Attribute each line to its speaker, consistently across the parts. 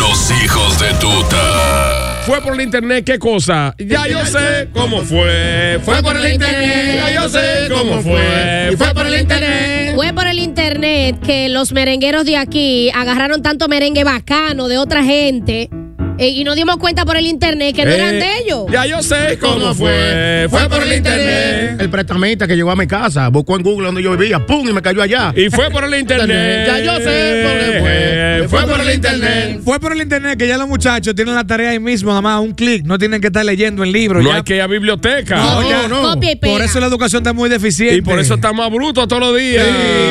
Speaker 1: Los hijos de tuta.
Speaker 2: Fue por el internet, ¿qué cosa? Ya yo sé cómo fue. Fue por el internet, ya yo sé cómo fue. Y fue por el internet.
Speaker 3: Fue por el internet que los merengueros de aquí agarraron tanto merengue bacano de otra gente eh, y nos dimos cuenta por el internet que no eran
Speaker 2: Eh,
Speaker 3: de ellos.
Speaker 2: Ya yo sé cómo fue. Fue por el internet.
Speaker 4: El prestamista que llegó a mi casa, buscó en Google donde yo vivía, ¡pum! y me cayó allá.
Speaker 2: Y fue por el internet.
Speaker 4: Ya yo sé por el
Speaker 2: Eh,
Speaker 4: fue.
Speaker 2: Fue por el internet.
Speaker 5: Fue por el internet que ya los muchachos tienen la tarea ahí mismo, nada más un clic. No tienen que estar leyendo el libro.
Speaker 2: No
Speaker 5: ya.
Speaker 2: hay que ir a biblioteca.
Speaker 4: No,
Speaker 5: ya.
Speaker 4: no.
Speaker 3: Copia y pega.
Speaker 5: Por eso la educación está muy deficiente.
Speaker 2: Y por eso está más bruto todos los días.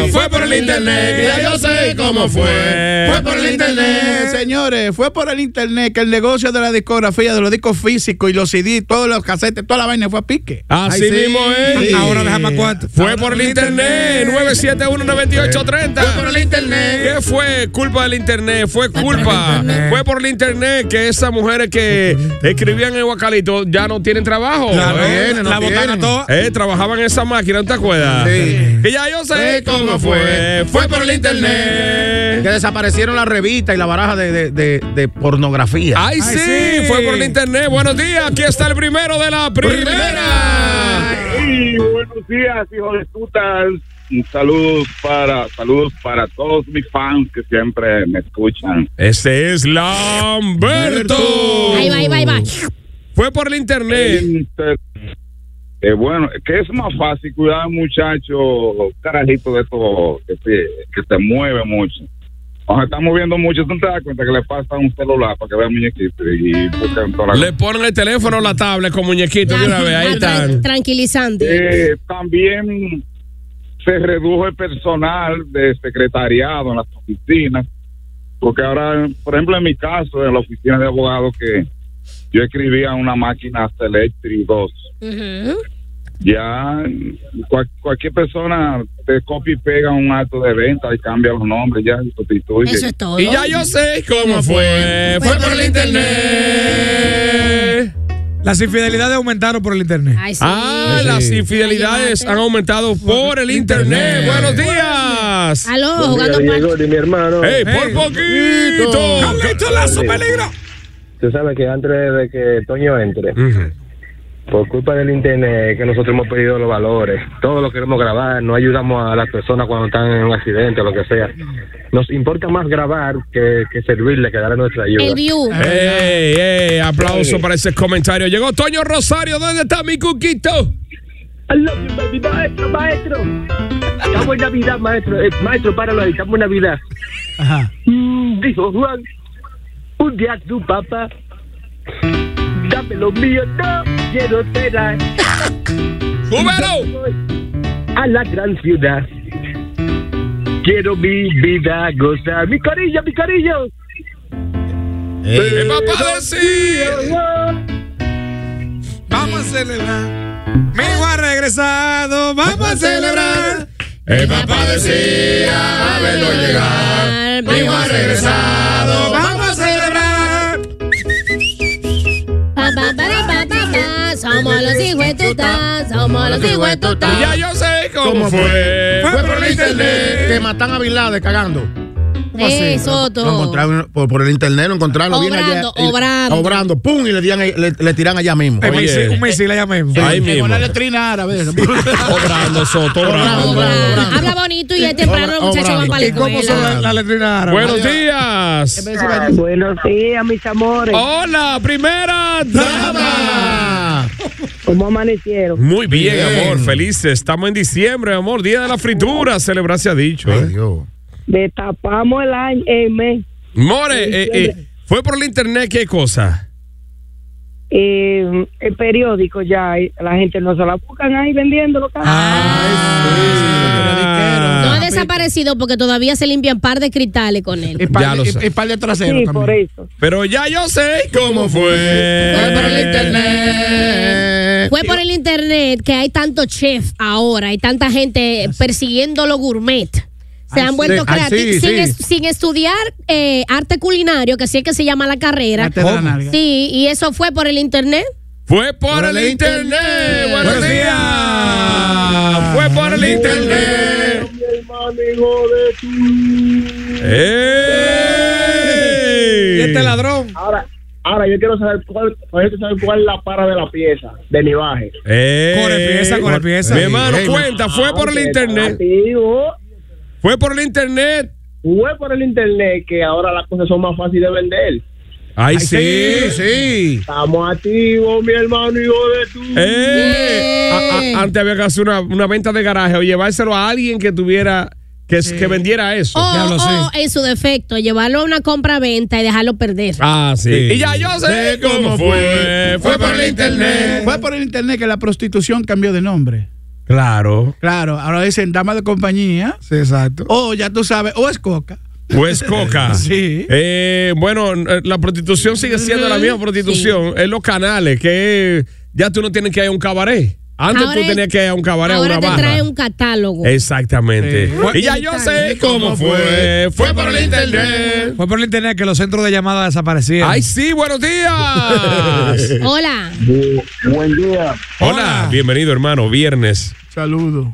Speaker 4: Sí.
Speaker 2: Fue por el internet, que ya yo sé cómo fue. Fue por el internet.
Speaker 4: Señores, fue por el internet que el negocio de la discografía, de los discos físicos y los CD, todos los casetes, toda la vaina fue a pique.
Speaker 2: Así
Speaker 4: Ay, sí.
Speaker 2: mismo es.
Speaker 4: Sí.
Speaker 5: Ahora déjame cuánto.
Speaker 2: Fue por el internet, 971-9830. Fue por el internet. ¿Qué fue? Culpa del internet, fue culpa. Fue por el internet que esas mujeres que escribían en Guacalito ya no tienen trabajo.
Speaker 5: Claro,
Speaker 2: ¿eh?
Speaker 4: tiene, no
Speaker 5: la botana
Speaker 4: tiene.
Speaker 5: toda.
Speaker 2: Eh, trabajaban en esa máquina, ¿no te acuerdas?
Speaker 4: Sí.
Speaker 2: Que ya yo sé
Speaker 4: Sí, cómo fue.
Speaker 2: Eh, Fue por el
Speaker 4: ¿eh? Que
Speaker 2: internet.
Speaker 4: desaparecieron la revista y la baraja de, de- de- de pornografía.
Speaker 2: Ay, sí,
Speaker 5: sí.
Speaker 2: fue por el internet. Buenos días, aquí está el primero de la primera.
Speaker 6: Ay, buenos días, hijos de putas. Un saludo para, saludos para todos mis fans que siempre me escuchan.
Speaker 2: Este es Lamberto.
Speaker 3: Ahí va, ahí va, ahí va.
Speaker 2: Fue por el internet.
Speaker 6: Inter- Eh, bueno, que es más fácil cuidar a un muchacho carajito de estos que se, que se mueve mucho. Nos está moviendo mucho, tú no te das cuenta que le pasa un celular para que vea muñequito y buscan toda la
Speaker 2: Le ponen el teléfono a la tablet con muñequito de una vez. Ahí
Speaker 3: Ah, tran-
Speaker 2: están.
Speaker 3: Tranquilizante.
Speaker 6: Eh, también se redujo el personal de secretariado en las oficinas, porque ahora, por ejemplo, en mi caso, en la oficina de abogados que yo escribía una máquina Selectric 2,
Speaker 3: Ujú.
Speaker 6: ya cual- cualquier persona te copia y pega un acto de venta y cambia los nombres, ya y sustituye.
Speaker 3: Eso es todo.
Speaker 2: Y ya yo sé cómo fue. Fue por el internet.
Speaker 5: Las infidelidades aumentaron por el internet.
Speaker 3: Ay, sí.
Speaker 2: Ah, las infidelidades han aumentado por el internet. Buenos días.
Speaker 3: Aló, jugando parche.
Speaker 7: Diego y mi hermano.
Speaker 2: ¡Ey, por poquito!
Speaker 5: ¡Carlito Lazo, peligro!
Speaker 7: Tú sabes que antes de que Toño entre, por culpa del internet, que nosotros hemos perdido los valores. Todo lo queremos grabar, no ayudamos a las personas cuando están en un accidente o lo que sea. Nos importa más grabar que, que servirle, que darle nuestra ayuda.
Speaker 3: El view.
Speaker 2: ¡Ey, ey! Aplauso para ese comentario. Llegó Toño Rosario. ¿Dónde está mi cuquito?
Speaker 7: I love you, baby, maestro, maestro. Estamos en Navidad, maestro. Eh, maestro, páralo ahí, estamos en Navidad. Mm, dijo Juan, un día tu papá, dame lo mío, no quiero tener
Speaker 2: ¡Súbelo!
Speaker 7: a la gran ciudad. Quiero mi vida gozar. Mi cariño, mi cariño.
Speaker 5: Eh,
Speaker 2: Mi papá decía.
Speaker 5: eh. Vamos a celebrar. Mi hijo ha regresado. Vamos a celebrar.
Speaker 2: Mi papá decía haberlo llegar. Mi hijo ha regresado.
Speaker 5: Vamos a celebrar.
Speaker 3: Pa, pa, para, pa, pa, pa. Somos los hijos de tuta. Somos los hijos de tuta.
Speaker 2: Y ya yo sé cómo fue. Fue por el internet.
Speaker 4: Que matan a Bin Laden cagando. ¿Cómo así?
Speaker 3: Eh, Soto.
Speaker 8: Lo encontraron por, por el internet, lo encontraron. viene
Speaker 3: Obrando,
Speaker 8: allá, y-
Speaker 3: obrando.
Speaker 8: obrando, pum, y le, dian, ahí- le, le tiran allá mismo.
Speaker 5: Un misil- un misil allá mismo.
Speaker 8: Ahí mismo.
Speaker 4: Con la letrina árabe.
Speaker 2: Obrando, Soto, obrando.
Speaker 3: Habla bonito y es temprano los muchachos van para la escuela.
Speaker 5: letrina árabe?
Speaker 2: Buenos días.
Speaker 9: Buenos días, mis amores.
Speaker 2: Hola, primera dama.
Speaker 9: ¿Cómo amanecieron?
Speaker 2: Muy bien, amor, felices. Estamos en diciembre, amor, día de la fritura, celebrar se ha dicho. ¿eh?
Speaker 9: Destapamos el año, el mes.
Speaker 2: More, eh, eh, fue por el internet qué cosa.
Speaker 9: Eh, el periódico ya, eh, la gente no se la buscan ahí vendiéndolo. cara.
Speaker 5: Ah,
Speaker 3: No ha
Speaker 2: Ah.
Speaker 3: desaparecido porque todavía se limpian par de cristales con él.
Speaker 2: ya lo sé.
Speaker 4: par de
Speaker 9: trasero Sí, también. por eso.
Speaker 2: Pero ya yo sé cómo fue. Fue por
Speaker 5: Eh.
Speaker 2: el
Speaker 8: Eh,
Speaker 2: internet.
Speaker 3: Fue por el internet que hay tanto chef ahora, hay tanta gente persiguiendo lo gourmet. Se
Speaker 8: Ah, Ay,
Speaker 3: han
Speaker 8: sí.
Speaker 3: vuelto
Speaker 8: Ay, sí,
Speaker 3: creativos sin,
Speaker 8: sí.
Speaker 3: es- sin estudiar eh, arte culinario, que así es que se llama la carrera.
Speaker 8: Arte de la ¿Cómo? nalga.
Speaker 3: Sí, y eso fue por el internet.
Speaker 2: Fue por el internet. Buenos días. Fue por el internet. ¡Ey!
Speaker 5: este ladrón?
Speaker 10: Ahora, ahora yo quiero saber cuál, pues yo quiero saber cuál es la para de la pieza, de nivaje.
Speaker 2: ¡Ey!
Speaker 5: Corre pieza, corre pieza.
Speaker 2: Mi hermano,
Speaker 5: Ey,
Speaker 2: cuenta, fue por el internet. Fue por el internet.
Speaker 10: Fue por el internet que ahora las cosas son más fáciles de vender.
Speaker 2: Ay, sí, sí.
Speaker 10: Estamos activos, mi hermano, hijo de tu.
Speaker 2: ¡Ey! Eh, A- a- antes había que hacer una, una venta de garaje o llevárselo a alguien que tuviera, que, que vendiera eso.
Speaker 3: O,
Speaker 2: oh.
Speaker 3: o, Oh, en su defecto, llevarlo a una compra-venta y dejarlo perder.
Speaker 2: Ah, sí.
Speaker 3: Sí.
Speaker 2: Y ya yo sé cómo fue. Fue por el internet.
Speaker 4: Fue por el internet que la prostitución cambió de nombre.
Speaker 2: Claro.
Speaker 4: Claro, ahora dicen dama de compañía.
Speaker 5: Sí, exacto.
Speaker 4: O ya tú sabes, o es coca.
Speaker 2: Pues coca.
Speaker 4: Sí.
Speaker 2: Eh, bueno, eh, la prostitución sigue siendo la misma prostitución. Es los canales, que ya tú no tienes que ir a un cabaret. Antes
Speaker 3: Ahora
Speaker 2: tú tenías que ir a un cabaret, a
Speaker 3: Ahora
Speaker 2: una
Speaker 3: te
Speaker 2: barra.
Speaker 3: trae un catálogo.
Speaker 2: Exactamente. Y ya yo sé cómo fue. Fue por el internet.
Speaker 5: Fue por el internet que los centros de llamada desaparecieron.
Speaker 2: Ay, sí, buenos días.
Speaker 3: Hola.
Speaker 10: Buen día.
Speaker 2: Hola, bienvenido, hermano. Viernes.
Speaker 4: Saludos.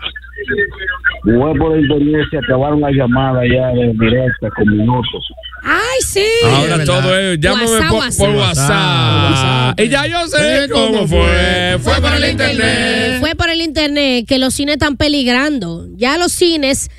Speaker 10: Fue por el internet se acabaron las llamadas ya de directa con minutos.
Speaker 3: Ay, sí.
Speaker 2: Ahora todo es. Llámame
Speaker 3: WhatsApp,
Speaker 2: por, por WhatsApp. Y ya yo sé cómo fue. Fue por el internet.
Speaker 3: Fue por el internet que los cines están peligrando. Ya los cines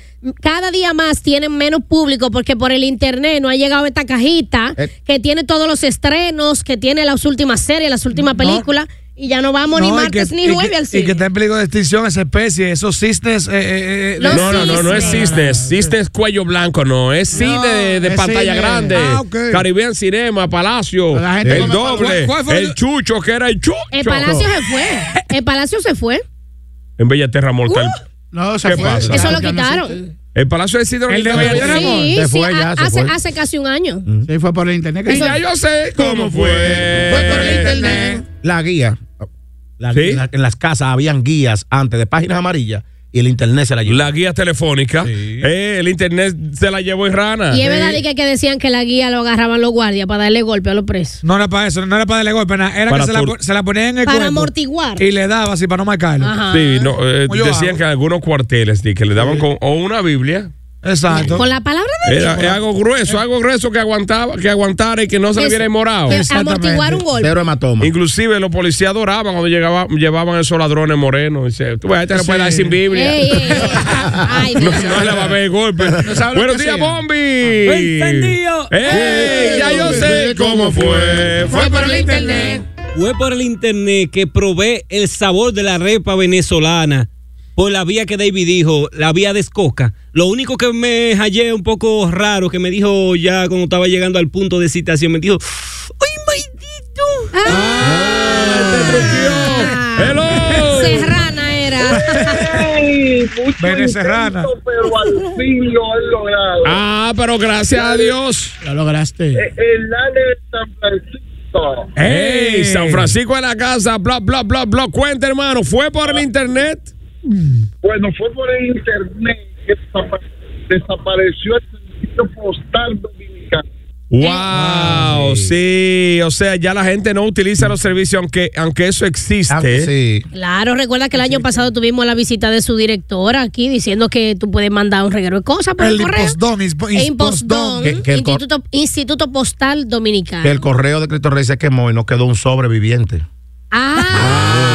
Speaker 3: cada día más tienen menos público porque por el internet no ha llegado esta cajita
Speaker 2: Eh.
Speaker 3: que tiene todos los estrenos, que tiene las últimas series, las últimas películas y ya no vamos ni
Speaker 5: No, y
Speaker 3: martes
Speaker 5: que-
Speaker 3: ni
Speaker 5: y
Speaker 3: jueves
Speaker 5: que-
Speaker 3: al
Speaker 5: Y que
Speaker 3: cine.
Speaker 5: está en peligro de extinción esa especie, esos cisnes. eh, eh, eh,
Speaker 2: No,
Speaker 5: de-
Speaker 2: no, no, no, es cisnes. Cisnes cuello blanco, no. Es cine de, de
Speaker 5: es
Speaker 2: pantalla
Speaker 5: cine.
Speaker 2: grande.
Speaker 5: Ah, ok.
Speaker 2: Caribbean Cinema, Palacio.
Speaker 5: La gente
Speaker 2: El
Speaker 5: come-
Speaker 2: doble.
Speaker 5: ¿Cuál- cuál fue
Speaker 2: el
Speaker 5: el-
Speaker 2: chucho, que era el chucho.
Speaker 3: El Palacio se fue. El Palacio se fue.
Speaker 2: En Bellaterra Mortal.
Speaker 4: No,
Speaker 2: ¿Qué pasa?
Speaker 3: Eso lo quitaron.
Speaker 2: El Palacio de Sidro.
Speaker 4: El de Bellaterra Mortal.
Speaker 3: Sí,
Speaker 4: Se
Speaker 3: sí,
Speaker 4: fue ya,
Speaker 3: ha-
Speaker 4: se
Speaker 3: hace,
Speaker 4: fue.
Speaker 3: hace casi un año.
Speaker 4: Sí, fue por el internet que
Speaker 2: Y ya yo sé cómo fue. Fue por el internet.
Speaker 8: La guía. La-
Speaker 2: ¿Sí?
Speaker 8: la- en las casas habían guías antes de páginas amarillas y el internet se la llevó.
Speaker 2: La guía telefónica. Eh, el internet se la llevó en rana.
Speaker 3: Y es verdad de que, que decían que la guía lo agarraban los guardias para darle golpe a los presos.
Speaker 5: No era para eso, no era para darle golpe, nada. era
Speaker 2: Para
Speaker 5: que se la,
Speaker 2: tur-
Speaker 5: po- se la ponían en el
Speaker 3: Para
Speaker 5: cuerpo
Speaker 3: amortiguar.
Speaker 5: y le daba así para no marcarlo.
Speaker 3: Ajá.
Speaker 2: Sí, no, eh,
Speaker 5: Como yo
Speaker 2: decían
Speaker 5: hago.
Speaker 2: que en algunos cuarteles di, que le daban con o una Biblia.
Speaker 5: Exacto.
Speaker 3: Con la palabra de
Speaker 2: Era, es algo grueso, algo grueso que aguantaba, que aguantara y que no se le
Speaker 3: Es-
Speaker 2: viera morado.
Speaker 3: que amortiguar un golpe.
Speaker 8: Cero hematoma.
Speaker 2: Inclusive los policías adoraban cuando llegaba, llevaban esos ladrones morenos. Dice, tú ves, a este le puede dar sin Biblia.
Speaker 3: Ey, ey, ey. Ay,
Speaker 2: No,
Speaker 3: Dios.
Speaker 2: no le va a ver el golpe.
Speaker 4: sabe lo
Speaker 2: Buenos
Speaker 4: que
Speaker 2: días,
Speaker 4: hacían.
Speaker 2: Bombi.
Speaker 11: Encendido.
Speaker 2: ¡Ey! Ya yo sé cómo fue. Fue por el internet.
Speaker 11: Fue por el internet que probé el sabor de la arepa venezolana. Por la vía que David dijo, la vía de Escoca. Lo único que me hallé un poco raro, que me dijo ya cuando estaba llegando al punto de citación, me dijo,
Speaker 3: Ah.
Speaker 5: Ah.
Speaker 2: Ah. ¡Hello!
Speaker 3: Serrana era.
Speaker 10: Ey, mucho
Speaker 5: Vene
Speaker 10: intento,
Speaker 5: Serrana.
Speaker 10: Pero al fin lo han logrado.
Speaker 2: Ah, pero gracias a Dios.
Speaker 4: Lo lograste.
Speaker 10: Eh, El Ale de San Francisco.
Speaker 2: ¡Ey! San Francisco de la casa, bla, bla, bla, bla. Cuenta, hermano. ¿Fue por el internet?
Speaker 10: Bueno, fue por el internet que desapa- desapareció el servicio postal dominicano.
Speaker 2: Wow, sí. O sea, ya la gente no utiliza los servicios, aunque, aunque eso existe.
Speaker 3: Claro, recuerda que el año pasado tuvimos la visita de su directora aquí diciendo que tú puedes mandar un reguero de cosas por el,
Speaker 8: El
Speaker 3: correo.
Speaker 8: impostón, impo-
Speaker 3: E
Speaker 8: impostón. Que- que el cor-
Speaker 3: Instituto, Instituto Postal Dominicano.
Speaker 8: Que el correo de Cristo Rey se quemó y no quedó un sobreviviente.
Speaker 3: ¡Ah!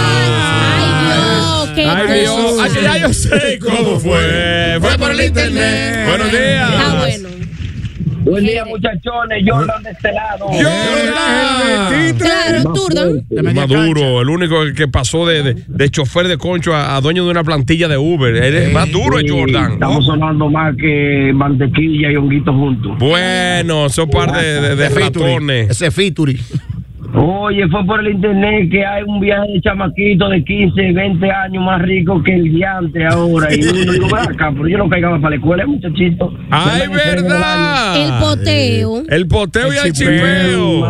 Speaker 3: ¡Ay, Dios! ¡Qué
Speaker 2: Ay, Dios, ay, ya yo sé cómo fue. Fue por el internet. Buenos días.
Speaker 3: Ah,
Speaker 10: Buen día, muchachones. Jordan de este lado.
Speaker 3: Claro, turdo.
Speaker 2: Maduro, el único que- que pasó de, de- de chofer de concho a, a dueño de una plantilla de Uber. Él es más duro es Jordan.
Speaker 10: Estamos sonando más que mantequilla y honguito juntos.
Speaker 2: Bueno, son par de, de, de ratones.
Speaker 8: Ese featuring.
Speaker 10: Oye, fue por el internet que hay un viaje de chamaquito de 15, 20 años más rico que el diante ahora. Y uno digo, "Ven acá, pero yo no pegaba para la escuela, muchachito.
Speaker 2: ¡Ay, verdad!
Speaker 3: El poteo.
Speaker 2: El poteo y el chipeo.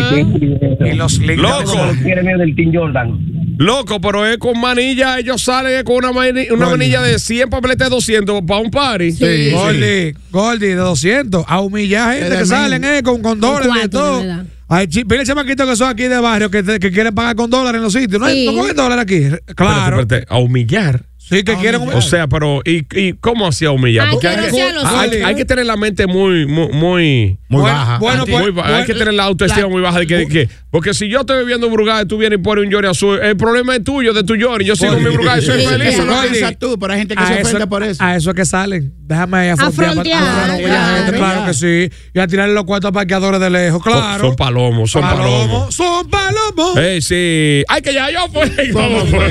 Speaker 10: Y los
Speaker 2: Loco.
Speaker 10: del Team Jordan.
Speaker 2: Loco, pero es con manilla. Ellos salen es con una, mani- una manilla de 100 papeletes de 200 para un party.
Speaker 5: Sí, Gordy, Gordy, de 200. A humillar gente
Speaker 2: Era
Speaker 5: que
Speaker 2: mil.
Speaker 5: salen eh, con, con dólares y de
Speaker 3: cuatro,
Speaker 5: todo.
Speaker 3: de verdad.
Speaker 5: Hay chi- pila de chamaquitos que son aquí de barrio que, te- que quieren pagar con dólares en los sitios. No, hay-
Speaker 3: Sí.
Speaker 5: no cogen dólares aquí. Claro.
Speaker 2: Espérate, espérate, a humillar.
Speaker 5: Sí, que quieren
Speaker 2: Ah, O sea, pero ¿y, y cómo hacía humillar?
Speaker 3: Ay,
Speaker 2: Porque
Speaker 3: que
Speaker 2: hay que,
Speaker 3: no sea los
Speaker 2: hay-
Speaker 3: otros.
Speaker 2: hay que tener la mente muy, muy, muy,
Speaker 8: Muy baja.
Speaker 5: bueno,
Speaker 2: Muy
Speaker 5: pues,
Speaker 2: ba- hay
Speaker 5: bueno,
Speaker 2: que tener la autoestima
Speaker 5: la-
Speaker 2: muy baja de que, de que- porque si yo estoy bebiendo un Brugal y tú vienes y pones un Jory azul, el problema es tuyo, de tu Jory. Yo sigo mi Brugal y soy
Speaker 5: Sí,
Speaker 2: feliz.
Speaker 5: sí,
Speaker 2: ¿no?
Speaker 5: Gordy,
Speaker 4: piensas tú, pero hay gente que
Speaker 5: a
Speaker 4: se ofende por eso.
Speaker 5: A Ah, eso es que salen. Déjame
Speaker 3: A
Speaker 5: afrontear pa-
Speaker 3: frontear,
Speaker 5: a frontear
Speaker 3: claro.
Speaker 5: gente, claro que sí. Y a tirar los cuatro parqueadores de lejos,
Speaker 2: Son,
Speaker 5: claro.
Speaker 2: son palomos, son palomos.
Speaker 5: Son palomos.
Speaker 2: Eh, sí. Ay, que ya yo fue. ¿Cómo fue?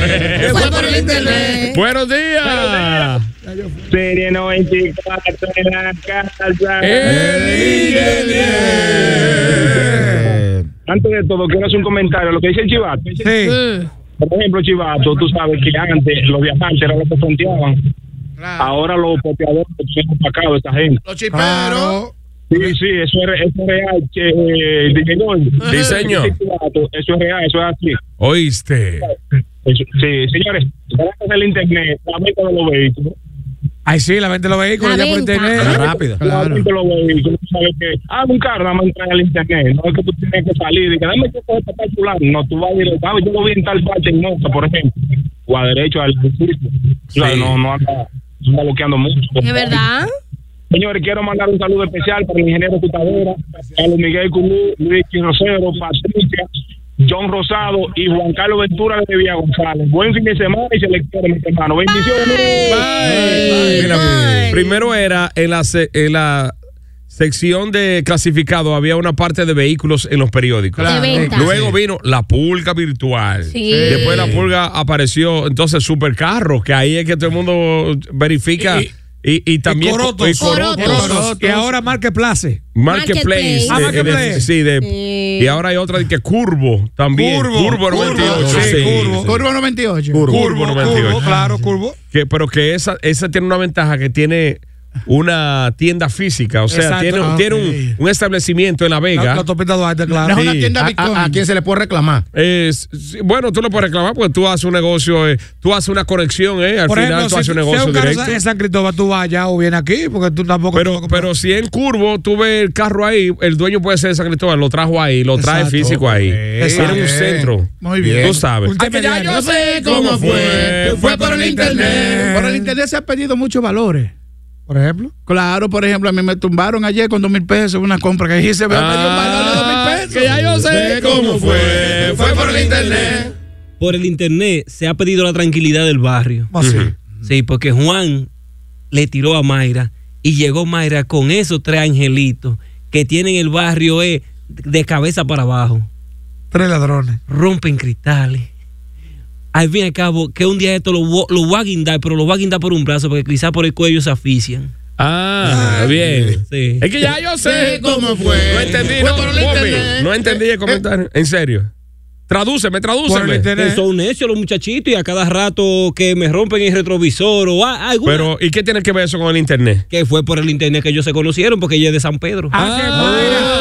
Speaker 3: Fue por el internet.
Speaker 2: Buenos días.
Speaker 10: Serie 94 en la casa.
Speaker 2: Eh,
Speaker 5: Eh,
Speaker 10: Antes de todo, quiero hacer un comentario a lo que dice el chivato.
Speaker 5: Sí.
Speaker 10: Por ejemplo, chivato, tú sabes que antes los viajantes eran los que fronteaban. Ahora los popeadores se han opacado esa gente.
Speaker 4: Los chiperos.
Speaker 10: Sí, sí, eso es, re- eso es real, che, eh, diseñador.
Speaker 2: Diseño.
Speaker 10: Eso es real, eso es así.
Speaker 2: Oíste.
Speaker 10: Eso- sí, señores, gracias al internet, la venta de los vehículos.
Speaker 5: Ay, sí, la venta de los vehículos
Speaker 3: La
Speaker 5: ya por
Speaker 3: venta.
Speaker 5: internet.
Speaker 8: Era rápida.
Speaker 10: La venta de los vehículos, tú sabes que, ah, un carro, nada más entrar al internet. No es que tú tienes que salir y que dame que coger para tal fulano. No, tú vas directo. Ah, yo lo vi en tal parte en Moca, por ejemplo, o a derecho al circo. Claro, no, no anda, no anda bloqueando mucho.
Speaker 3: Es verdad.
Speaker 10: Señores, quiero mandar un saludo especial para el ingeniero Tutadera, Carlos Miguel Culú, Luis Rosero, Patricia, John Rosado y Juan Carlos Ventura de Villa González. Buen fin de semana y se les quiere, mis hermanos. Bendiciones.
Speaker 2: Bye. Mira,
Speaker 3: Bye.
Speaker 2: primero era en la, se- en la sección de clasificado había una parte de vehículos en los periódicos.
Speaker 3: De venta.
Speaker 2: Luego vino la pulga virtual.
Speaker 3: Sí.
Speaker 2: Después la pulga apareció entonces supercarros, que ahí es que todo el mundo verifica y, y también
Speaker 5: corotos.
Speaker 2: y corotos.
Speaker 3: Corotos.
Speaker 5: Y ahora Marketplace.
Speaker 2: Marketplace.
Speaker 3: Marketplace.
Speaker 5: Ah,
Speaker 2: de-
Speaker 5: Marketplace.
Speaker 2: de- sí, de-
Speaker 3: Sí.
Speaker 2: Y ahora hay otra de que Curvo también.
Speaker 5: Curvo.
Speaker 2: Curvo 98.
Speaker 5: Sí,
Speaker 2: sí,
Speaker 5: Curvo.
Speaker 2: sí.
Speaker 4: Curvo 98.
Speaker 2: Curvo 98.
Speaker 5: Curvo, claro, curvo.
Speaker 2: Que, pero que esa, esa tiene una ventaja que tiene una tienda física, o sea,
Speaker 5: Exacto.
Speaker 2: tiene,
Speaker 5: Ah,
Speaker 2: tiene
Speaker 5: ok.
Speaker 2: un, un establecimiento en La
Speaker 5: La,
Speaker 2: Vega.
Speaker 5: la autopista Duarte,
Speaker 4: No
Speaker 5: claro.
Speaker 4: es una
Speaker 2: Sí.
Speaker 4: tienda
Speaker 8: ¿A,
Speaker 4: Bitcoin.
Speaker 8: a- a quién se le puede reclamar?
Speaker 2: Es- sí, bueno, tú lo puedes reclamar porque tú haces un negocio, eh, tú haces una conexión, eh, al
Speaker 5: Por
Speaker 2: final
Speaker 5: ejemplo,
Speaker 2: tú
Speaker 5: si,
Speaker 2: haces
Speaker 5: si
Speaker 2: un
Speaker 5: es
Speaker 2: negocio
Speaker 5: un pues. carro
Speaker 2: directo.
Speaker 5: en San Cristóbal, tú vas allá o vienes aquí, porque tú tampoco.
Speaker 2: Pero, pero si en curvo tú ves el carro ahí, el dueño puede ser de San Cristóbal, lo trajo ahí, lo trae
Speaker 5: Exacto.
Speaker 2: físico ahí.
Speaker 5: Exacto.
Speaker 2: Tiene un centro.
Speaker 4: Muy bien.
Speaker 2: Tú sabes.
Speaker 5: Un tema diario.
Speaker 4: Por el internet se han perdido muchos valores.
Speaker 5: Por ejemplo.
Speaker 4: Claro, por ejemplo, a mí me tumbaron ayer con dos mil pesos una compra que hice,
Speaker 5: Ah,
Speaker 4: me perdió un valor de dos mil
Speaker 2: Ah,
Speaker 4: pesos.
Speaker 2: que ya yo sé cómo fue. Fue por el internet.
Speaker 11: Por el internet se ha pedido la tranquilidad del barrio.
Speaker 5: ¿Cómo así?
Speaker 2: Mm.
Speaker 11: Sí, porque Juan le tiró a Mayra y llegó Mayra con esos tres angelitos que tienen el barrio eh, de cabeza para abajo.
Speaker 5: Tres ladrones.
Speaker 11: Rompen cristales. Al fin y al cabo, que un día esto lo, vo- lo va a guindar, pero lo va a guindar por un brazo, porque quizás por el cuello se asfixian.
Speaker 2: Ah, bien.
Speaker 11: Sí.
Speaker 2: Es que ya yo sé
Speaker 4: Sí, cómo fue.
Speaker 2: No entendí,
Speaker 4: Fue
Speaker 2: no, Eh,
Speaker 4: por el
Speaker 2: Bobby,
Speaker 4: internet.
Speaker 2: no entendí el comentario. En serio.
Speaker 11: Por el
Speaker 2: Tradúceme, tradúceme.
Speaker 11: internet. Que Son necios los muchachitos y a cada rato que me rompen el retrovisor o a- alguna-
Speaker 2: Pero, ¿y qué tiene que ver eso con el internet?
Speaker 11: que fue por el internet que ellos se conocieron porque ella es de San Pedro.
Speaker 4: Ah,
Speaker 5: Ah,
Speaker 2: Ah,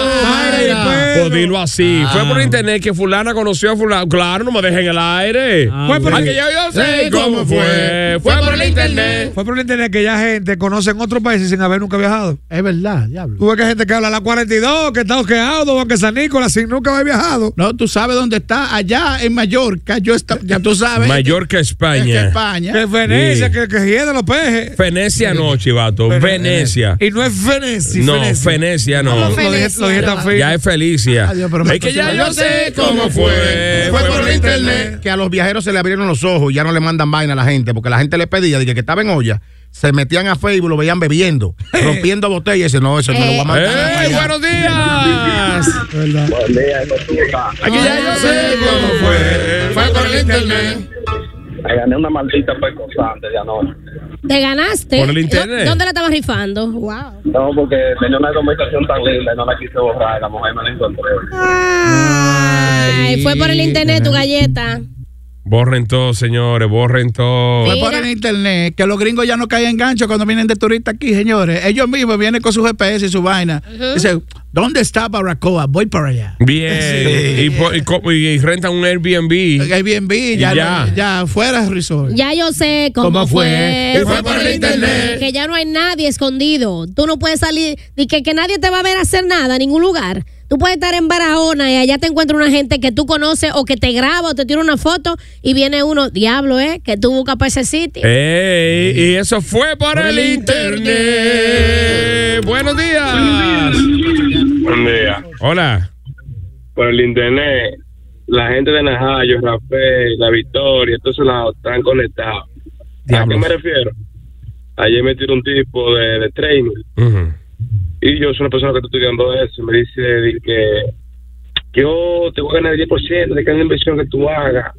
Speaker 2: Pues dilo así.
Speaker 11: Ah.
Speaker 2: Fue por internet que fulana conoció a fulano. Claro, no me dejen en el aire.
Speaker 5: Fue por-
Speaker 2: Ah, que ya yo sé
Speaker 5: Sí,
Speaker 2: cómo fue. Fue por el internet.
Speaker 5: Fue por el internet que ya gente conoce en otros países sin haber nunca viajado.
Speaker 4: Es verdad, diablo.
Speaker 5: Tú ves que hay gente que habla a la 42, que está ojeado, o que San Nicolás sin nunca haber viajado.
Speaker 4: No, tú sabes dónde está. Allá en Mallorca, yo está, ya tú sabes.
Speaker 2: Mallorca, España.
Speaker 4: Que España.
Speaker 5: Que Venecia, que, que hiede los pejes.
Speaker 2: Venecia no, chivato. Venecia.
Speaker 5: Y no es Venecia.
Speaker 2: No, Venecia no.
Speaker 5: ¿Cómo Lo dije- Venecia? lo dije tan fino.
Speaker 2: Ya es Felicia.
Speaker 5: Adiós, pero me
Speaker 2: es que ya
Speaker 5: estoy-
Speaker 2: yo sé cómo fue. Eh,
Speaker 8: Fue por el internet que a los viajeros se le abrieron los ojos y ya no le mandan vaina a la gente porque la gente le pedía dije, que estaba en olla. Se metían a Facebook, lo veían bebiendo,
Speaker 2: Eh.
Speaker 8: rompiendo botellas. Y dice, no, eso no lo voy a mandar. a la
Speaker 2: ¡Ey,
Speaker 8: vaina".
Speaker 2: buenos días!
Speaker 7: Buen día, hijo de puta.
Speaker 2: Aquí ya yo sé cómo fue. Fue por el internet.
Speaker 7: Me gané una maldita percosante de anoche.
Speaker 3: Te ganaste.
Speaker 7: Por el internet.
Speaker 3: ¿Dó- ¿Dónde la estabas rifando? Wow.
Speaker 7: No, porque tenía una conversación tan linda y no la quise borrar. La mujer me la encontré.
Speaker 3: Ay, fue por el internet tu galleta.
Speaker 2: Borren todo, señores, borren todo.
Speaker 4: Fue por el internet, que los gringos ya no caen en gancho cuando vienen de turista aquí, señores. Ellos mismos vienen con su GPS y su vaina. Dice, ¿dónde está Baracoa? Voy para allá.
Speaker 2: Bien. Y, po- y co- y rentan un Airbnb.
Speaker 8: Mm.
Speaker 4: Airbnb, ya,
Speaker 2: ya.
Speaker 4: ya fuera resort.
Speaker 3: Ya yo sé cómo,
Speaker 2: ¿Cómo
Speaker 3: fue.
Speaker 2: fue? Que fue por el internet.
Speaker 3: Que ya no hay nadie escondido. Tú no puedes salir, ni que, que nadie te va a ver hacer nada, en ningún lugar. Tú puedes estar en Barahona y allá te encuentra una gente que tú conoces o que te graba o te tira una foto y viene uno, diablo, ¿eh? Que tú buscas para ese sitio.
Speaker 2: Eh. Ey, y eso fue por el internet. Buenos días.
Speaker 12: Buen día.
Speaker 2: Hola.
Speaker 12: Por el internet, la gente de Najayo, Rafael, La Victoria, todos esos lados están conectados. ¿A qué me refiero? Ayer me tiró un tipo de, de training y yo soy una persona que está estudiando eso. y Me dice di que yo te voy a ganar el 10% de cada inversión que tú hagas.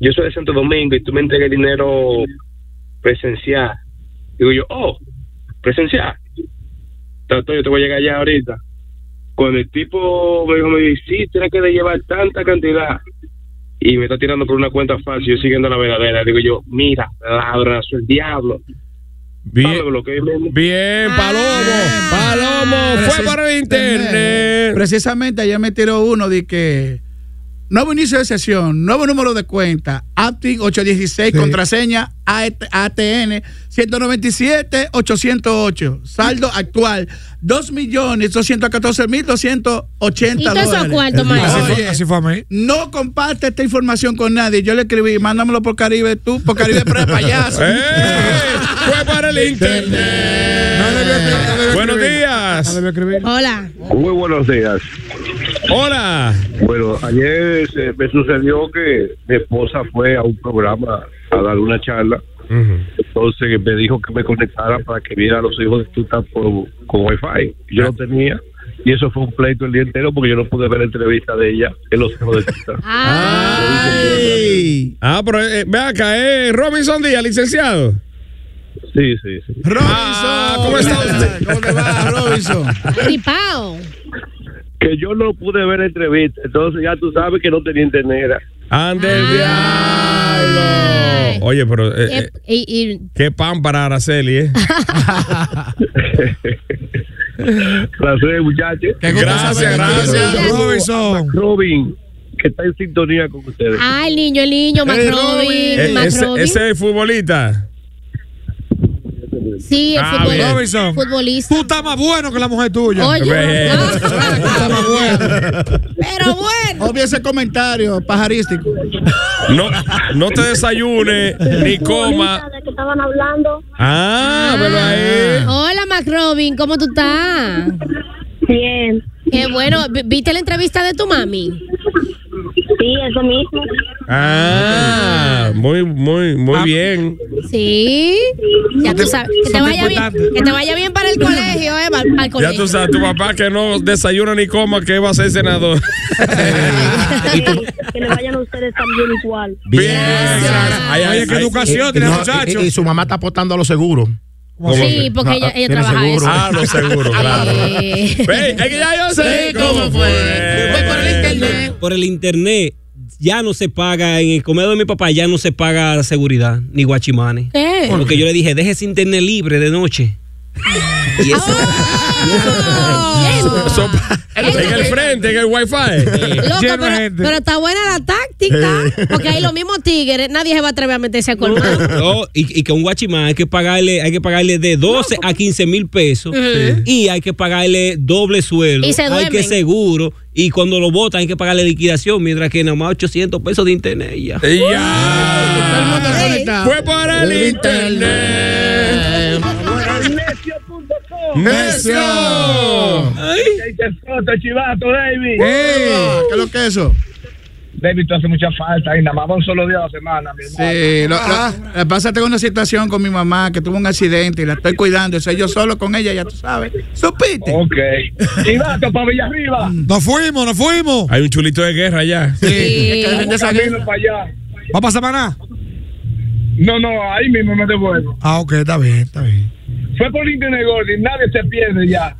Speaker 12: Yo soy de Santo Domingo y tú me entregas el dinero presencial. Digo yo, oh, presencial. Tanto yo te voy a llegar allá ahorita. Cuando el tipo me dijo, me dijo, sí, tienes que llevar tanta cantidad. Y me está tirando por una cuenta falsa, yo siguiendo la verdadera. Digo yo, mira, labrazo, el diablo.
Speaker 2: Bien,
Speaker 12: bien
Speaker 2: Palomo, Palomo, fue por el internet.
Speaker 4: Precisamente ayer me tiró uno de que nuevo inicio de sesión, nuevo número de cuenta, Aptin 816, contraseña AT- ATN 197 808, saldo actual 2 millones 214 mil 280
Speaker 3: ¿Y todos esos cuartos, maestro?
Speaker 5: Ah, Así fue- así fue a mí.
Speaker 4: No comparte esta información con nadie. Yo le escribí, mándamelo por Caribe tú, por Caribe Pre, payaso.
Speaker 2: Fue para el internet. Buenos días.
Speaker 3: Hola.
Speaker 13: Muy buenos días.
Speaker 2: Hola.
Speaker 13: Bueno, ayer se- me sucedió que mi esposa fue a un programa a dar una charla. Entonces me dijo que me conectara para que viera a los hijos de tuta por, con wifi. Yo no tenía. Y eso fue un pleito el día entero porque yo no pude ver la entrevista de ella en los hijos de tuta.
Speaker 3: Ah.
Speaker 2: Ah, pero eh, ve acá, eh, Robinson Díaz, licenciado.
Speaker 13: Sí, sí, sí.
Speaker 2: Ah, ¿cómo está usted? Ah.
Speaker 3: Ripao.
Speaker 13: Que yo no pude ver la entrevista. Entonces ya tú sabes que no tenía internet.
Speaker 2: Ande el diablo. Oye, pero eh, eh,
Speaker 3: Y, y-
Speaker 2: qué pan para Araceli, ¿eh?
Speaker 13: Gracias, muchachos.
Speaker 2: Gracias, Eh, gracias.
Speaker 13: Robinson. Robin, que está en sintonía con ustedes.
Speaker 3: ah, el niño, el niño, más Robin,
Speaker 2: Eh,
Speaker 3: más
Speaker 2: ese,
Speaker 3: Robin.
Speaker 2: ese es futbolista.
Speaker 3: Sí, el
Speaker 2: Ah,
Speaker 3: futbol-
Speaker 2: bien.
Speaker 5: Robinson.
Speaker 3: futbolista.
Speaker 5: Tú estás más bueno que la mujer tuya.
Speaker 3: Oye.
Speaker 2: Ve.
Speaker 3: Pero bueno.
Speaker 4: Obvio ese comentario pajarístico.
Speaker 2: No, no te desayunes ni coma.
Speaker 14: de que estaban hablando.
Speaker 2: Ah, velo ahí.
Speaker 3: Hola, Mac Robin, ¿cómo tú estás? Bien. Qué bueno. ¿Vi- ¿Viste la entrevista de tu mami? Sí, eso mismo.
Speaker 2: Ah, muy, muy, muy bien.
Speaker 3: Sí. Ya tú sabes. Que te
Speaker 2: Son
Speaker 3: vaya bien,
Speaker 2: importantes.
Speaker 3: que te vaya bien para el colegio, eh, para, para el
Speaker 2: Ya
Speaker 3: colegio.
Speaker 2: tú sabes, tu papá que no desayuna ni coma, que va a ser senador.
Speaker 14: Que le vayan a ustedes también igual.
Speaker 2: Bien.
Speaker 8: Ay, ay,
Speaker 2: Oye, qué
Speaker 8: ay, eh,
Speaker 2: educación
Speaker 8: y-
Speaker 2: tiene
Speaker 8: y-
Speaker 2: el muchacho.
Speaker 8: Y, y su mamá está apostando a los seguros.
Speaker 3: Sí, porque ella- ella
Speaker 8: tiene
Speaker 3: trabaja eso.
Speaker 2: Ah, lo seguro, claro.
Speaker 3: Eh.
Speaker 2: Ve, es que ya yo sé cómo fue.
Speaker 11: Por el internet ya no se paga, en el comedor de mi papá ya no se paga seguridad, ni guachimanes.
Speaker 3: ¿Qué?
Speaker 11: Porque yo le dije, deje ese internet libre de noche. y eso,
Speaker 3: ¡Ah!
Speaker 2: Eso pa- en el frente, en el wifi.
Speaker 3: Loco, pero, pero está buena la táctica.
Speaker 11: Eh.
Speaker 3: Porque hay los mismos tigres. Nadie se va a atrever a meterse a colmar.
Speaker 11: No, y, y que un guachimán hay que pagarle, hay que pagarle de 12 a 15 mil pesos
Speaker 3: Ujú.
Speaker 11: y hay que pagarle doble sueldo,
Speaker 3: Y se
Speaker 11: hay
Speaker 3: duermen.
Speaker 11: que seguro y cuando lo votan hay que pagarle liquidación, mientras que nada más 800 pesos de internet y ya.
Speaker 3: Ah.
Speaker 2: Fue para el internet.
Speaker 10: ¡Necio!
Speaker 2: ¡Ay!
Speaker 10: ¡Qué foto, chivato, David!
Speaker 4: ¿Qué es lo que es eso?
Speaker 10: David, tú hace mucha falta. Y nada más va un solo día a la semana, mi hermano.
Speaker 4: Sí, lo,
Speaker 10: Ah.
Speaker 4: lo- lo que pasa es que tengo una situación con mi mamá que tuvo un accidente y la estoy cuidando. Soy yo solo con ella, ya tú sabes. ¿Supiste?
Speaker 10: Ok. Chivato, para Villarriba.
Speaker 5: Nos fuimos, nos fuimos.
Speaker 2: Hay un chulito de guerra allá.
Speaker 10: Camino para allá.
Speaker 5: ¿Va para Samaná?
Speaker 10: No, no, ahí mismo me devuelvo.
Speaker 5: Ah, ok, está bien, está bien.
Speaker 10: Fue por internet, Gordy. Nadie se pierde ya.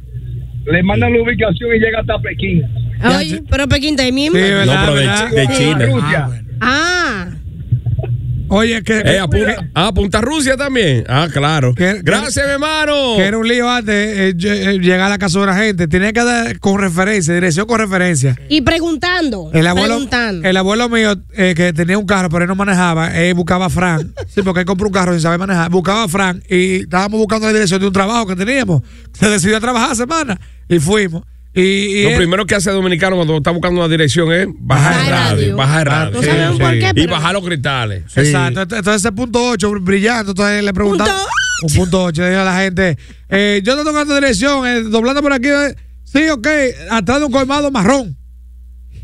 Speaker 10: Le mandan la ubicación y llega hasta Pekín.
Speaker 3: Ay, pero Pekín está ahí mismo.
Speaker 5: eh.
Speaker 2: no, pero de, de China.
Speaker 3: Ah,
Speaker 5: Oye, que.
Speaker 2: Eh, a, Pu- ah, Punta Rusia también. Ah, claro. Gracias, mi hermano.
Speaker 5: Que era un lío antes eh, lle- eh, llegar a la casa de la gente. Tenía que dar con referencia, dirección con referencia.
Speaker 3: y preguntando.
Speaker 5: El abuelo,
Speaker 3: Preguntando.
Speaker 5: el abuelo mío eh, que tenía un carro, pero él no manejaba, eh, buscaba a Fran. sí, porque él compró un carro sin saber manejar. Buscaba a Fran y estábamos buscando la dirección de un trabajo que teníamos. Se decidió a trabajar semana y fuimos. Y, y
Speaker 2: Lo
Speaker 5: él-
Speaker 2: primero que hace el dominicano cuando está buscando una dirección es bajar el radio. Bajar el radio.
Speaker 5: No sabemos por qué,
Speaker 2: Y
Speaker 5: pero-
Speaker 2: bajar los cristales.
Speaker 5: Exacto, ent- entonces ese punto 8 brillando, entonces le preguntaba un punto 8, le dije a la gente, eh, yo te tengo esta dirección, eh, doblando por aquí, eh, sí, ok, atrás de un colmado marrón.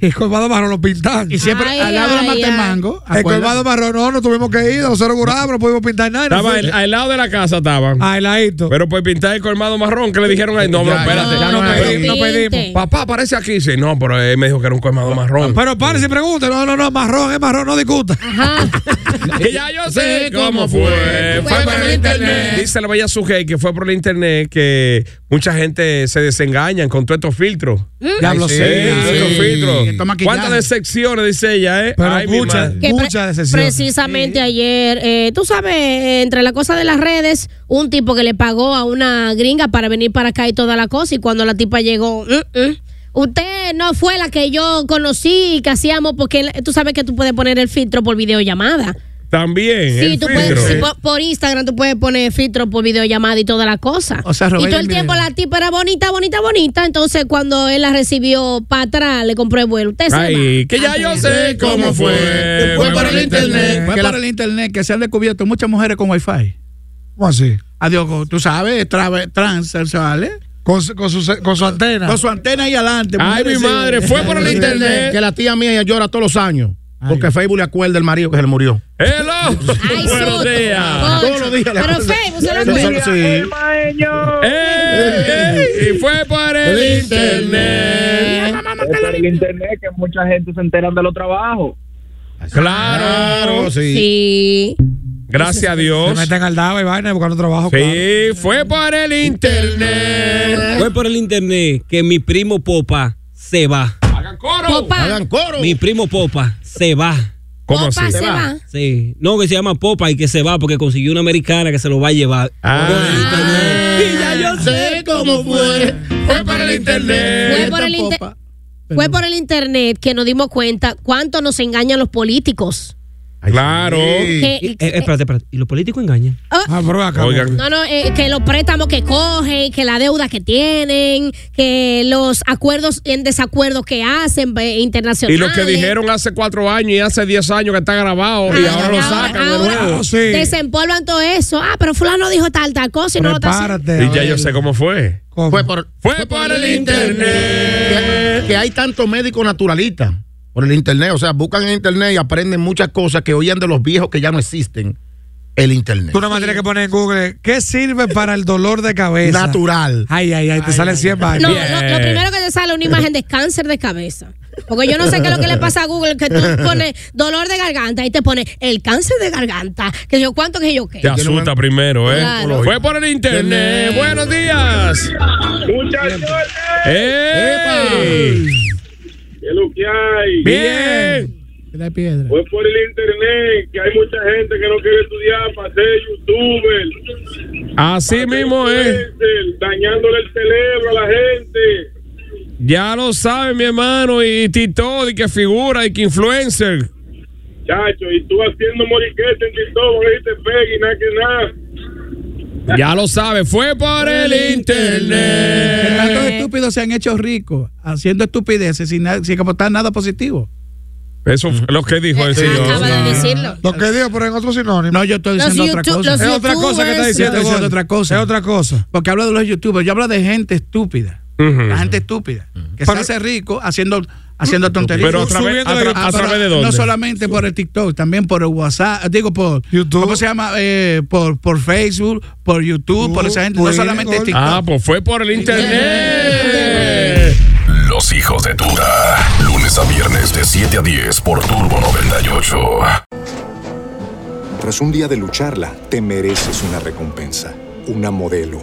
Speaker 5: Y el colmado marrón lo pintan.
Speaker 4: Y siempre Ay, al lado de la ay, Matemango, ay.
Speaker 5: El colmado marrón, no, no tuvimos que ir, nosotros curamos, no pudimos pintar nada.
Speaker 2: Estaba al, al lado de la casa estaban.
Speaker 5: Al ladito.
Speaker 2: Pero pues pintar el colmado marrón que le dijeron ahí. No,
Speaker 5: Ah. Ya, ya,
Speaker 2: pero espérate.
Speaker 5: ya
Speaker 3: Ah,
Speaker 5: no
Speaker 2: Pero-
Speaker 5: pedimos, no pedimos.
Speaker 2: Papá, aparece aquí. Sí, no, pero él me dijo que era un colmado marrón.
Speaker 5: Pero pare si pregunta, no, no, no, marrón, es marrón, no discuta.
Speaker 2: Que ya yo sé cómo fue. Fue por el internet. Dice la bella Sujei que fue por el internet que mucha gente se desengañan con todos estos filtros.
Speaker 5: Diablo, Mm.
Speaker 2: Ay,
Speaker 5: sí,
Speaker 2: todos
Speaker 5: sí.
Speaker 2: estos filtros.
Speaker 5: Esto maquillaje.
Speaker 2: ¿Cuántas decepciones dice ella, eh?
Speaker 5: Pero
Speaker 2: mi
Speaker 5: muchas,
Speaker 3: Que
Speaker 2: madre.
Speaker 3: pre-
Speaker 5: Muchas decepciones.
Speaker 3: Precisamente ayer, eh, tú sabes, eh, entre la cosa de las redes, un tipo que le pagó a una gringa para venir para acá y toda la cosa, y cuando la tipa llegó, "Mm, mm, usted no fue la que yo conocí y que hacíamos, porque él- tú sabes que tú puedes poner el filtro por videollamada.
Speaker 2: También.
Speaker 3: Sí,
Speaker 2: el
Speaker 3: tú
Speaker 2: filtro.
Speaker 3: puedes, sí, por, por Instagram tú puedes poner filtro por videollamada y toda la cosa.
Speaker 2: O sea,
Speaker 3: y
Speaker 2: Robert
Speaker 3: todo el
Speaker 2: Miguel.
Speaker 3: tiempo la tipa era bonita, bonita, bonita. Entonces, cuando él la recibió para atrás, le compró el vuelo. Usted se
Speaker 2: Ay,
Speaker 3: va.
Speaker 2: que ya yo sé cómo fue.
Speaker 4: Fue para el internet. Fue para el internet que se han descubierto muchas mujeres con wifi.
Speaker 5: ¿Cómo así?
Speaker 4: Adiós, go- tú sabes, tra- transexuales.
Speaker 5: Con, su, con su antena.
Speaker 4: Con su antena ahí adelante.
Speaker 8: Ay,
Speaker 4: mujeres,
Speaker 8: mi madre,
Speaker 4: sí.
Speaker 8: fue por el internet. Que la tía mía ella llora todos los años. Porque Facebook le acuerda el marido que se le murió.
Speaker 2: ¡Hello!
Speaker 8: Ay,
Speaker 2: ¡Buenos
Speaker 8: Soto.
Speaker 2: días!
Speaker 8: Todos los días le
Speaker 3: Pero
Speaker 8: acuerda.
Speaker 3: Facebook se lo
Speaker 8: Sí,
Speaker 3: acuerda.
Speaker 8: sí.
Speaker 2: ¡Eh! Y fue por el internet.
Speaker 10: Es por el internet que mucha gente se enteran de los trabajos.
Speaker 2: Claro.
Speaker 3: Sí.
Speaker 2: Gracias a Dios.
Speaker 5: Se meten al dado y vaina buscando trabajo.
Speaker 2: Sí, fue por el internet.
Speaker 11: Fue por el internet que mi primo Popa se va.
Speaker 3: Popa.
Speaker 11: Mi primo Popa se va.
Speaker 2: ¿Cómo
Speaker 3: Popa así? se va.
Speaker 11: Sí. No, que se llama Popa y que se va porque consiguió una americana que se lo va a llevar.
Speaker 2: Ah,
Speaker 10: Y ya yo sé cómo fue.
Speaker 2: Fue por el internet.
Speaker 3: Fue por el, inter- fue por el internet que nos dimos cuenta cuánto nos engañan los políticos.
Speaker 2: Claro.
Speaker 3: Que-
Speaker 11: Eh, eh, espérate, espérate. ¿Y los políticos engañan?
Speaker 5: Ah, pero acá.
Speaker 2: Oigan.
Speaker 3: No, no, eh, que los préstamos que cogen, que la deuda que tienen, que los acuerdos en desacuerdos que hacen eh,
Speaker 2: Y
Speaker 3: internacionales.
Speaker 2: lo que dijeron hace cuatro años y hace diez años que está grabado y ahora lo sacan de nuevo.
Speaker 3: Desempolvan todo eso. Ah, pero fulano dijo tal, tal cosa y no lo está haciendo.
Speaker 2: Y ya yo sé cómo fue.
Speaker 8: Fue por,
Speaker 2: fue por el internet.
Speaker 8: Que, que hay tantos médicos naturalistas por el internet. O sea, buscan en internet y aprenden muchas cosas que oían de los viejos que ya no existen. El internet.
Speaker 5: Tú nada más tienes que poner en Google ¿Qué sirve para el dolor de cabeza?
Speaker 8: Natural.
Speaker 5: Ay, ay, ay, te salen 100
Speaker 3: No,
Speaker 5: vainas.
Speaker 3: lo, lo primero que te sale es una imagen de cáncer de cabeza. Porque yo no sé qué es lo que le pasa a Google, que tú pones dolor de garganta y te pone el cáncer de garganta. Que yo cuánto que yo qué.
Speaker 2: Te asusta primero, ¿eh?
Speaker 3: Claro.
Speaker 2: Fue por el internet. Buenos días.
Speaker 10: Muchachos,
Speaker 2: ¡Ey!
Speaker 10: ¿qué es lo que hay?
Speaker 2: Bien.
Speaker 4: Tira piedra.
Speaker 13: Fue por el internet que hay mucha gente que no quiere estudiar para ser youtuber.
Speaker 2: Así mismo eh. es.
Speaker 13: influencer, Dañándole el cerebro a la gente.
Speaker 2: Ya lo saben, mi hermano. Y Tito, y que figura, y que influencer.
Speaker 13: Chacho, y tú haciendo moriquete en TikTok, ahí te pega y nada que nada.
Speaker 2: Ya lo saben. Fue por el internet.
Speaker 4: Que tantos estúpidos se han hecho ricos haciendo estupideces sin, na- sin aportar nada positivo.
Speaker 2: Eso fue lo que dijo el
Speaker 3: Ah,
Speaker 2: señor.
Speaker 5: Lo que digo, pero en otro sinónimo.
Speaker 4: No, yo estoy
Speaker 5: Los
Speaker 4: diciendo otra
Speaker 5: youtu-
Speaker 4: cosa.
Speaker 5: los Es otra cosa que está youtubers. diciendo,
Speaker 4: Yo estoy
Speaker 5: Gordon.
Speaker 4: otra cosa. Es
Speaker 5: otra cosa.
Speaker 4: Porque hablo de los youtubers, yo hablo de gente estúpida. La gente estúpida. Que se hace rico haciendo haciendo tonterías.
Speaker 2: Pero a través- a tra- a través de dónde?
Speaker 4: No solamente por el TikTok, también por el WhatsApp, digo por YouTube. ¿Cómo se llama? Eh, por, por Facebook, por YouTube, por esa gente. No solamente TikTok.
Speaker 2: Ah, pues fue por el internet.
Speaker 1: Los hijos de Tuta. Lunes a viernes de 7 a 10 por Turbo 98.
Speaker 15: Tras un día de lucharla, te mereces una recompensa, una modelo,